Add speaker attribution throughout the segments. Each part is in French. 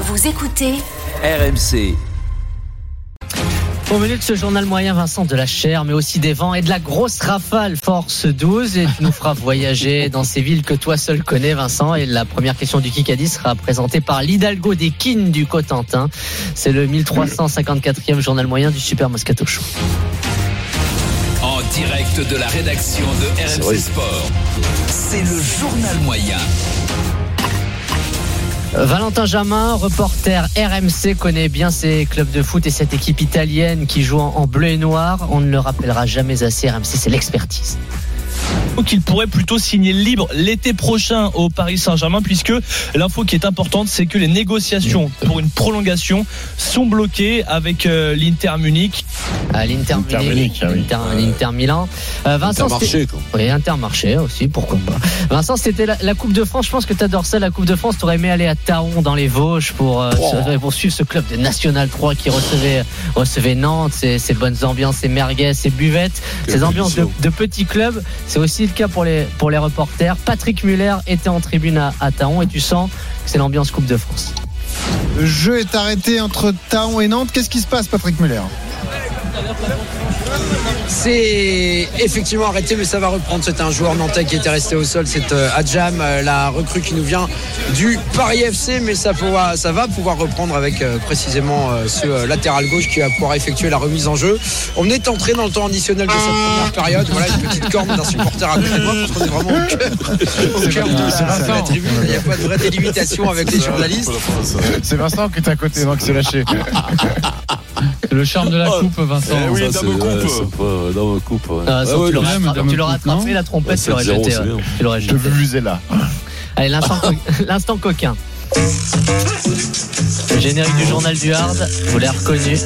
Speaker 1: Vous écoutez
Speaker 2: RMC.
Speaker 3: Au menu de ce journal moyen, Vincent, de la chair, mais aussi des vents et de la grosse rafale Force 12. Et tu nous feras voyager dans ces villes que toi seul connais, Vincent. Et la première question du Kikadi sera présentée par l'Hidalgo des Quines du Cotentin. C'est le 1354e journal moyen du Super Moscato Show.
Speaker 2: En direct de la rédaction de RMC Sport. C'est le journal moyen.
Speaker 3: Euh, Valentin Jamin, reporter RMC, connaît bien ces clubs de foot et cette équipe italienne qui joue en en bleu et noir. On ne le rappellera jamais assez, RMC, c'est l'expertise.
Speaker 4: Donc il pourrait plutôt signer libre l'été prochain au Paris Saint-Germain puisque l'info qui est importante c'est que les négociations pour une prolongation sont bloquées avec euh, l'Inter Munich.
Speaker 5: Ah
Speaker 3: à l'Inter
Speaker 6: Inter
Speaker 3: Munich,
Speaker 6: Munich, ah oui.
Speaker 3: l'Inter- l'Inter Milan. Euh, Vincent, c'était-
Speaker 6: Intermarché, quoi.
Speaker 3: Oui, Intermarché aussi, pourquoi pas. Vincent, c'était la, la Coupe de France. Je pense que tu adores ça, la Coupe de France. Tu aurais aimé aller à Taon dans les Vosges pour, euh,
Speaker 6: Oh.
Speaker 3: se- pour suivre ce club de National 3 qui recevait, recevait Nantes, ses, ses bonnes ambiances, ses merguez, ses buvettes,
Speaker 6: Que
Speaker 3: ses
Speaker 6: de
Speaker 3: ambiances de,
Speaker 6: vision.
Speaker 3: de petits clubs. C'est aussi le cas pour les, pour les reporters. Patrick Muller était en tribune à, à Taon et tu sens que c'est l'ambiance Coupe de France.
Speaker 5: Le jeu est arrêté entre Taon et Nantes. Qu'est-ce qui se passe, Patrick Muller
Speaker 7: C'est effectivement arrêté, mais ça va reprendre. C'est un joueur nantais qui était resté au sol. C'est euh, Adjam, euh, la recrue qui nous vient du Paris FC, mais ça, pourra- ça va pouvoir reprendre avec euh, précisément euh, ce euh, latéral gauche qui va pouvoir effectuer la remise en jeu. On est entré dans le temps additionnel de cette première période. Voilà une petite corne d'un supporter à côté de moi parce qu'on est vraiment au cœur, au cœur de,
Speaker 5: Vincent.
Speaker 7: de la tribune. Il n'y a pas de vraie délimitation avec les journalistes.
Speaker 5: C'est Vincent qui est à côté, donc c'est lâché.
Speaker 8: Le charme de la
Speaker 6: Oh.
Speaker 8: coupe, Vincent.
Speaker 6: Eh oui, dame coupe. dame coupe. ouais.
Speaker 3: Ah,
Speaker 6: Ouais,
Speaker 3: sauf que
Speaker 6: ouais,
Speaker 3: tu l'aurais
Speaker 8: même,
Speaker 3: attrapé-
Speaker 8: dame
Speaker 3: tu l'aurais
Speaker 8: coupe, non
Speaker 3: attrapé, la trompette, tu l'aurais
Speaker 6: 7-0,
Speaker 3: jeté.
Speaker 6: c'est
Speaker 3: ouais.
Speaker 6: bien.
Speaker 3: Tu l'aurais
Speaker 5: Je
Speaker 3: jeté.
Speaker 5: veux user là.
Speaker 3: Allez, l'instant co- l'instant coquin. Le générique du journal du Hard, vous l'avez reconnu.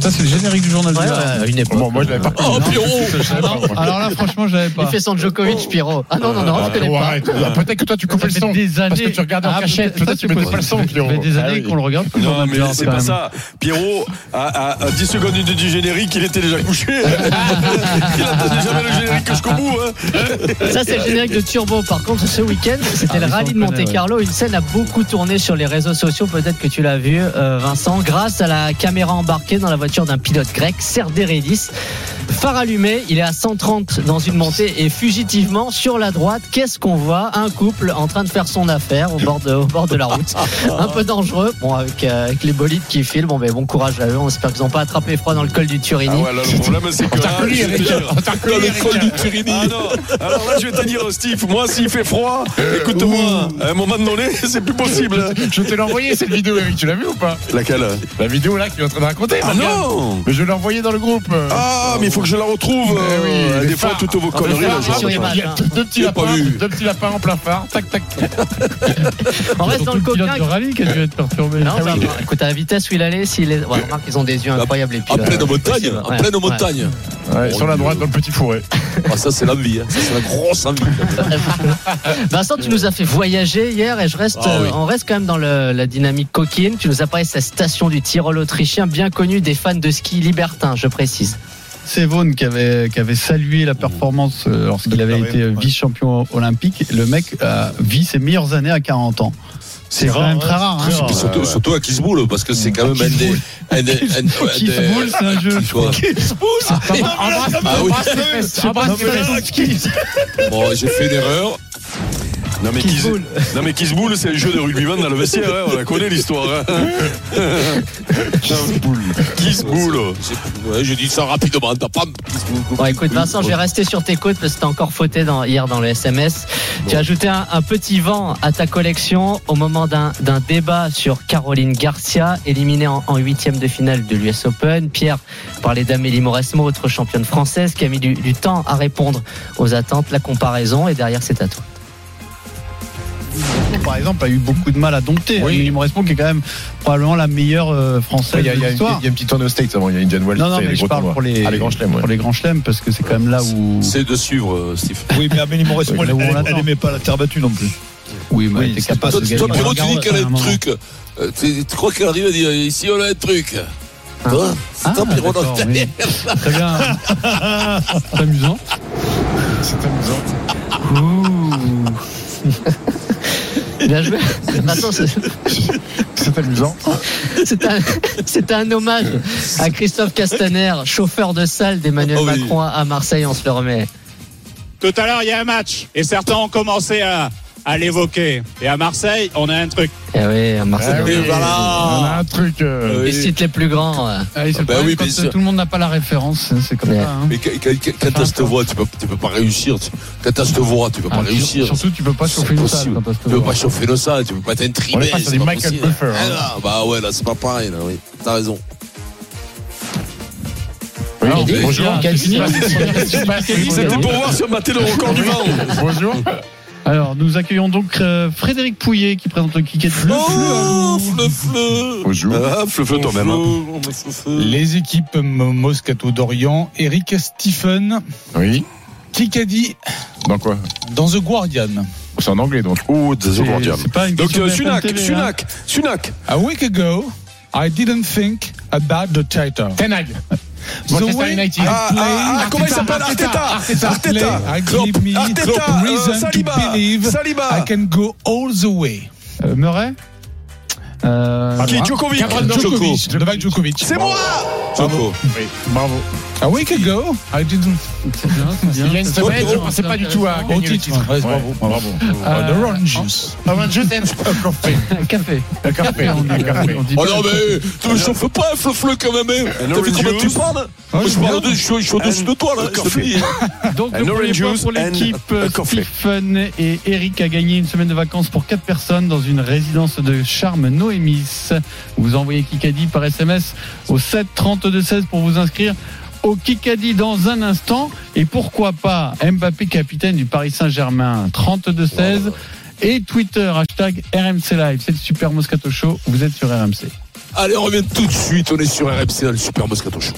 Speaker 8: Ça, c'est le générique du journal
Speaker 3: Ouais,
Speaker 8: du Hard.
Speaker 3: ouais, une époque.
Speaker 5: Bon, moi je l'avais pas
Speaker 6: Oh, Pierrot
Speaker 8: Ah non, Alors là, franchement, j'avais
Speaker 3: Il
Speaker 8: pas.
Speaker 3: fait son Djokovic, Pierrot. Ah non, non, non, je connais
Speaker 6: Hein
Speaker 5: Oh,
Speaker 3: pas.
Speaker 5: arrête. Peut-être que toi tu coupes
Speaker 8: Ça
Speaker 5: le
Speaker 8: fait
Speaker 5: son.
Speaker 8: des années.
Speaker 5: Parce que tu regardes en
Speaker 8: Ah,
Speaker 5: cachette,
Speaker 8: peut-être
Speaker 5: peut-être tu mettais
Speaker 8: ça,
Speaker 5: pas le son,
Speaker 8: tu peux-
Speaker 5: Pierrot.
Speaker 8: Ça fait des
Speaker 5: Ah
Speaker 8: années
Speaker 5: oui.
Speaker 8: qu'on le regarde. qu'on
Speaker 6: Non,
Speaker 8: en
Speaker 6: mais
Speaker 8: regarde
Speaker 6: c'est
Speaker 8: quand
Speaker 6: pas
Speaker 8: même.
Speaker 6: ça. Pierrot, à, à- à 10 secondes du, du générique, il était déjà couché. il attendait jamais le générique jusqu'au bout. hein.
Speaker 3: Ça, c'est le générique de Turbo. Par contre, ce week-end, c'était
Speaker 8: Ah,
Speaker 3: le
Speaker 8: mais ça,
Speaker 3: rallye
Speaker 8: on
Speaker 3: de
Speaker 8: connaît, ouais.
Speaker 3: Monte-Carlo. Une scène a beaucoup tourné sur les réseaux sociaux. Peut-être que tu l'as vu, euh, Vincent, grâce à la caméra embarquée dans la voiture d'un pilote grec, Serderedis. Phare allumé, il est à 130 dans une montée et fugitivement sur la droite, qu'est-ce qu'on voit Un couple en train de faire son affaire au bord de, au bord de la route. Un peu dangereux, bon, avec, euh, avec les bolides qui filent. Bon, mais bon courage à eux. On espère qu'ils n'ont pas attrapé froid dans le col du
Speaker 6: Ah
Speaker 3: Turini.
Speaker 6: ouais, là, le problème, c'est que. là, je vais te dire, dans le col du Turini. Ah non, alors là, je vais te dire, Steve, moi, s'il fait froid, écoute-moi, à un moment donné, c'est plus possible. hein.
Speaker 5: Euh, Je te l'ai envoyé cette vidéo, Eric. Tu l'as vu ou pas
Speaker 6: Laquelle
Speaker 5: La vidéo là que tu es en train de raconter.
Speaker 6: Ah
Speaker 5: Morgane.
Speaker 6: non
Speaker 5: Mais je l'ai envoyée dans le groupe.
Speaker 6: Ah, mais il faut que je la retrouve.
Speaker 5: Eh oui,
Speaker 6: euh,
Speaker 5: les
Speaker 6: des fois,
Speaker 5: phares.
Speaker 6: toutes vos
Speaker 3: peut
Speaker 6: conneries.
Speaker 3: faire
Speaker 6: là, je
Speaker 3: sur
Speaker 6: vois
Speaker 3: les
Speaker 6: pas.
Speaker 3: matins.
Speaker 5: Il y a deux petits
Speaker 6: J'ai pas
Speaker 5: lapins,
Speaker 6: vu.
Speaker 5: deux petits lapins en plein phare. Tac, tac.
Speaker 3: On reste dans
Speaker 8: Surtout
Speaker 3: le
Speaker 8: pilote
Speaker 3: coquin.
Speaker 8: de rallye qui a dû être perturbé.
Speaker 5: Ah
Speaker 3: Non,
Speaker 9: Ah
Speaker 3: ça va. écoute, à la vitesse où il allait, s'il est... ouais, remarque, ils ont des yeux incroyables. les
Speaker 9: En
Speaker 3: pilotes.
Speaker 9: pleine montagne,
Speaker 3: Ouais,
Speaker 9: en pleine
Speaker 3: ouais.
Speaker 9: montagne.
Speaker 5: Ouais, sur la droite, dans le petit fourré.
Speaker 9: Ah, ça, c'est l'envie, hein. ça, c'est la grosse envie.
Speaker 3: Ah, Vincent, tu nous as fait voyager hier et je reste,
Speaker 9: Ah oui.
Speaker 3: euh, on reste quand même dans le- la dynamique coquine. Tu nous as parlé de cette station du Tyrol autrichien, bien connue des fans de ski libertin, je précise.
Speaker 8: C'est Vaughan qui avait, qui avait salué la performance euh, lorsqu'il avait
Speaker 5: Paris,
Speaker 8: été
Speaker 5: ouais.
Speaker 8: vice-champion olympique. Le mec euh, vit ses meilleures années à 40 ans. C'est quand même très rare. hein.
Speaker 5: Très rare.
Speaker 9: Puis surtout,
Speaker 5: ouais.
Speaker 9: surtout à Kisboul, parce que c'est quand même un des. Un des, un- un
Speaker 8: Qui se
Speaker 9: des-
Speaker 8: boule, c'est un jeu.
Speaker 9: Quoi Ah oui.
Speaker 5: Embrasse les fesses,
Speaker 8: bah,
Speaker 5: embrasse les fesses.
Speaker 9: Bon, j'ai fait une erreur.
Speaker 6: Non, mais
Speaker 8: Qui se
Speaker 6: Kiz-
Speaker 8: boule.
Speaker 6: Non mais Kissboul, c'est un jeu de rugbyman dans le vestiaire, hein, on la connaît l'histoire. Hein. Kissboul.
Speaker 9: J'ai- ouais, J'ai dit ça rapidement. T'as pas.
Speaker 3: Bon, écoute, Vincent, je vais rester sur tes côtes parce que t'as encore fauté dans, hier dans le SMS. Tu as ajouté un, un petit vent à ta collection au moment d'un d'un débat sur Caroline Garcia, éliminée en en huitième de finale de l'US Open. Pierre parlait d'Amélie Mauresmo, autre championne française, qui a mis du, du temps à répondre aux attentes, la comparaison, et derrière, c'est à toi.
Speaker 8: par exemple, a eu beaucoup de mal à dompter.
Speaker 10: Oui.
Speaker 8: Yuri Mauresmo, qui est quand même probablement la meilleure euh,
Speaker 10: Ouais,
Speaker 8: française
Speaker 10: Il y a, il
Speaker 8: de
Speaker 10: y a une il y a
Speaker 8: l'histoire.
Speaker 10: une petite tournée aux States avant. Il y a Indian Wells.
Speaker 8: Non,
Speaker 10: il y
Speaker 8: non,
Speaker 10: a
Speaker 8: mais
Speaker 10: les
Speaker 8: je
Speaker 10: gros
Speaker 8: parle
Speaker 10: tournois.
Speaker 8: pour les,
Speaker 10: Ah, les grands chelems, ouais.
Speaker 8: pour les grands chelems, parce que c'est quand même là où.
Speaker 9: C'est de suivre, euh, Steve.
Speaker 11: Oui, mais Amélie Mauresmo,
Speaker 8: Oui,
Speaker 11: elle,
Speaker 8: là où on
Speaker 11: elle,
Speaker 8: l'attend.
Speaker 11: elle aimait pas la terre battue non plus.
Speaker 8: Oui, mais
Speaker 11: Oui,
Speaker 8: elle était
Speaker 11: c'est
Speaker 8: capable
Speaker 3: Ah,
Speaker 8: de
Speaker 9: Toi, toi,
Speaker 8: gagner. Ah,
Speaker 9: Pierrot, tu dis qu'elle a
Speaker 8: à un
Speaker 9: un
Speaker 8: moment.
Speaker 9: truc. Euh, Tu tu crois qu'elle arrive à dire ici on a un truc.
Speaker 3: Hein
Speaker 9: Toi, c'est
Speaker 8: Ah,
Speaker 9: toi, Pierrot, dans
Speaker 8: d'accord,
Speaker 9: ta
Speaker 8: oui.
Speaker 9: merde.
Speaker 8: Très bien. C'est amusant.
Speaker 3: Bien joué. Attends, c'est-
Speaker 10: C'est amusant.
Speaker 3: c'est un, c'est un hommage à Christophe Castaner, chauffeur de salle d'Emmanuel
Speaker 9: Oh oui.
Speaker 3: Macron à Marseille, on se le remet.
Speaker 11: Tout à l'heure, il y a un match et certains ont commencé à, à l'évoquer. Et à Marseille, on a un truc.
Speaker 3: Eh oui, à Marseille.
Speaker 8: Ah
Speaker 9: Et
Speaker 8: On
Speaker 9: voilà.
Speaker 8: a un truc. euh,
Speaker 3: Les sites les plus grands. euh.
Speaker 8: Ah, et c'est le
Speaker 9: Bah
Speaker 8: problème,
Speaker 9: oui,
Speaker 8: quand,
Speaker 9: bien
Speaker 8: euh,
Speaker 9: sûr.
Speaker 8: tout le monde n'a pas la référence, hein, c'est comme
Speaker 3: Ouais.
Speaker 8: ça. hein.
Speaker 9: Mais quand- quand quand- quand
Speaker 8: Enfin,
Speaker 9: elle te voit, tu peux, tu peux pas réussir. tu- Quand elle te voit, tu peux pas
Speaker 8: Ah, sur-
Speaker 9: réussir.
Speaker 8: Surtout, tu peux pas
Speaker 9: C'est
Speaker 8: chauffer une salle
Speaker 9: possible.
Speaker 8: quand on se
Speaker 9: Tu peux pas chauffer le sang, tu peux pas t'intrimer.
Speaker 8: On est pas sur
Speaker 9: c'est
Speaker 8: des
Speaker 9: pas
Speaker 8: Michael
Speaker 9: possible.
Speaker 8: Buffer,
Speaker 9: Ah,
Speaker 8: hein.
Speaker 9: là, bah ouais, là, c'est pas pareil, là, oui. T'as raison.
Speaker 5: Ah,
Speaker 3: Il dit,
Speaker 10: bonjour.
Speaker 3: quel film
Speaker 6: C'était pour voir si on battait le record du monde.
Speaker 10: Bonjour.
Speaker 8: Alors, nous accueillons donc euh, Frédéric Pouillet qui présente le Kiket Bleu.
Speaker 9: Oh, fleu, fleu.
Speaker 10: Bonjour.
Speaker 9: Ah, fleu, fleu, toi-même. hein.
Speaker 11: Les équipes Moscato d'Orient, Eric Stephen,
Speaker 10: Oui.
Speaker 11: Kikadi
Speaker 10: Dans quoi
Speaker 11: dans The Guardian.
Speaker 10: C'est en anglais donc.
Speaker 9: Oh, des
Speaker 8: C'est-
Speaker 9: Guardian.
Speaker 8: c'est pas une
Speaker 6: Donc
Speaker 8: question
Speaker 6: euh,
Speaker 8: de
Speaker 6: Sunak,
Speaker 8: FMTV, hein.
Speaker 6: Sunak, Sunak.
Speaker 11: A week ago, I didn't think about the title.
Speaker 10: Tenag.
Speaker 11: The way I
Speaker 6: Ah,
Speaker 11: play-
Speaker 6: ah, ah, comment il s'appelle Arteta Arteta
Speaker 11: play, I
Speaker 6: Klopp,
Speaker 11: give me
Speaker 6: Arteta
Speaker 11: Klopp
Speaker 6: euh,
Speaker 11: reason to
Speaker 6: Saliba
Speaker 11: believe I
Speaker 6: Saliba
Speaker 11: can go all the way.
Speaker 8: Euh, Murray euh,
Speaker 6: Qui Djokovic
Speaker 11: Djokovic, Novak Djokovic.
Speaker 6: C'est moi
Speaker 9: Choco.
Speaker 10: Bravo.
Speaker 11: A week ago, I didn't
Speaker 8: c'est bien, c'est bien.
Speaker 10: Il y a une semaine, je pensais pas du tout à
Speaker 11: au
Speaker 10: gagner le
Speaker 11: titre.
Speaker 10: titre.
Speaker 11: Ouais,
Speaker 10: Bravo. Bravo.
Speaker 11: bravo. Oh, The orange juice.
Speaker 10: Je t'aime. Café.
Speaker 3: Un café.
Speaker 10: Café.
Speaker 8: On dit-
Speaker 10: Café.
Speaker 8: on dit
Speaker 9: Oh
Speaker 8: pas-
Speaker 9: non, mais tu me chauffes pas, fleu, fleu, quand même. hein.
Speaker 6: Un
Speaker 9: T'as vu
Speaker 6: orange
Speaker 9: comment tu
Speaker 6: juice.
Speaker 9: parles
Speaker 11: Ouais,
Speaker 9: Moi, je
Speaker 11: c'est
Speaker 9: parle
Speaker 11: bien.
Speaker 9: de- je suis je suis au-dessus de toi, là. Je te
Speaker 6: café.
Speaker 9: dis. hein.
Speaker 8: Donc,
Speaker 6: An
Speaker 8: le
Speaker 6: orange
Speaker 8: premier point
Speaker 6: juice
Speaker 8: pour l'équipe.
Speaker 6: and
Speaker 8: euh,
Speaker 6: a coffee.
Speaker 8: Stephen et Eric a gagné une semaine de vacances pour quatre personnes dans une résidence de charme Noémis. Vous envoyez Kikadi par SMS au 7 32 16 pour vous inscrire au Kikadi dans un instant. Et pourquoi pas Mbappé, capitaine du Paris Saint-Germain, 32 16. Et Twitter, hashtag RMC Live. C'est le Super Moscato Show. Vous êtes sur RMC.
Speaker 9: Allez, on revient tout de suite. On est sur RMC dans le Super Moscato Show.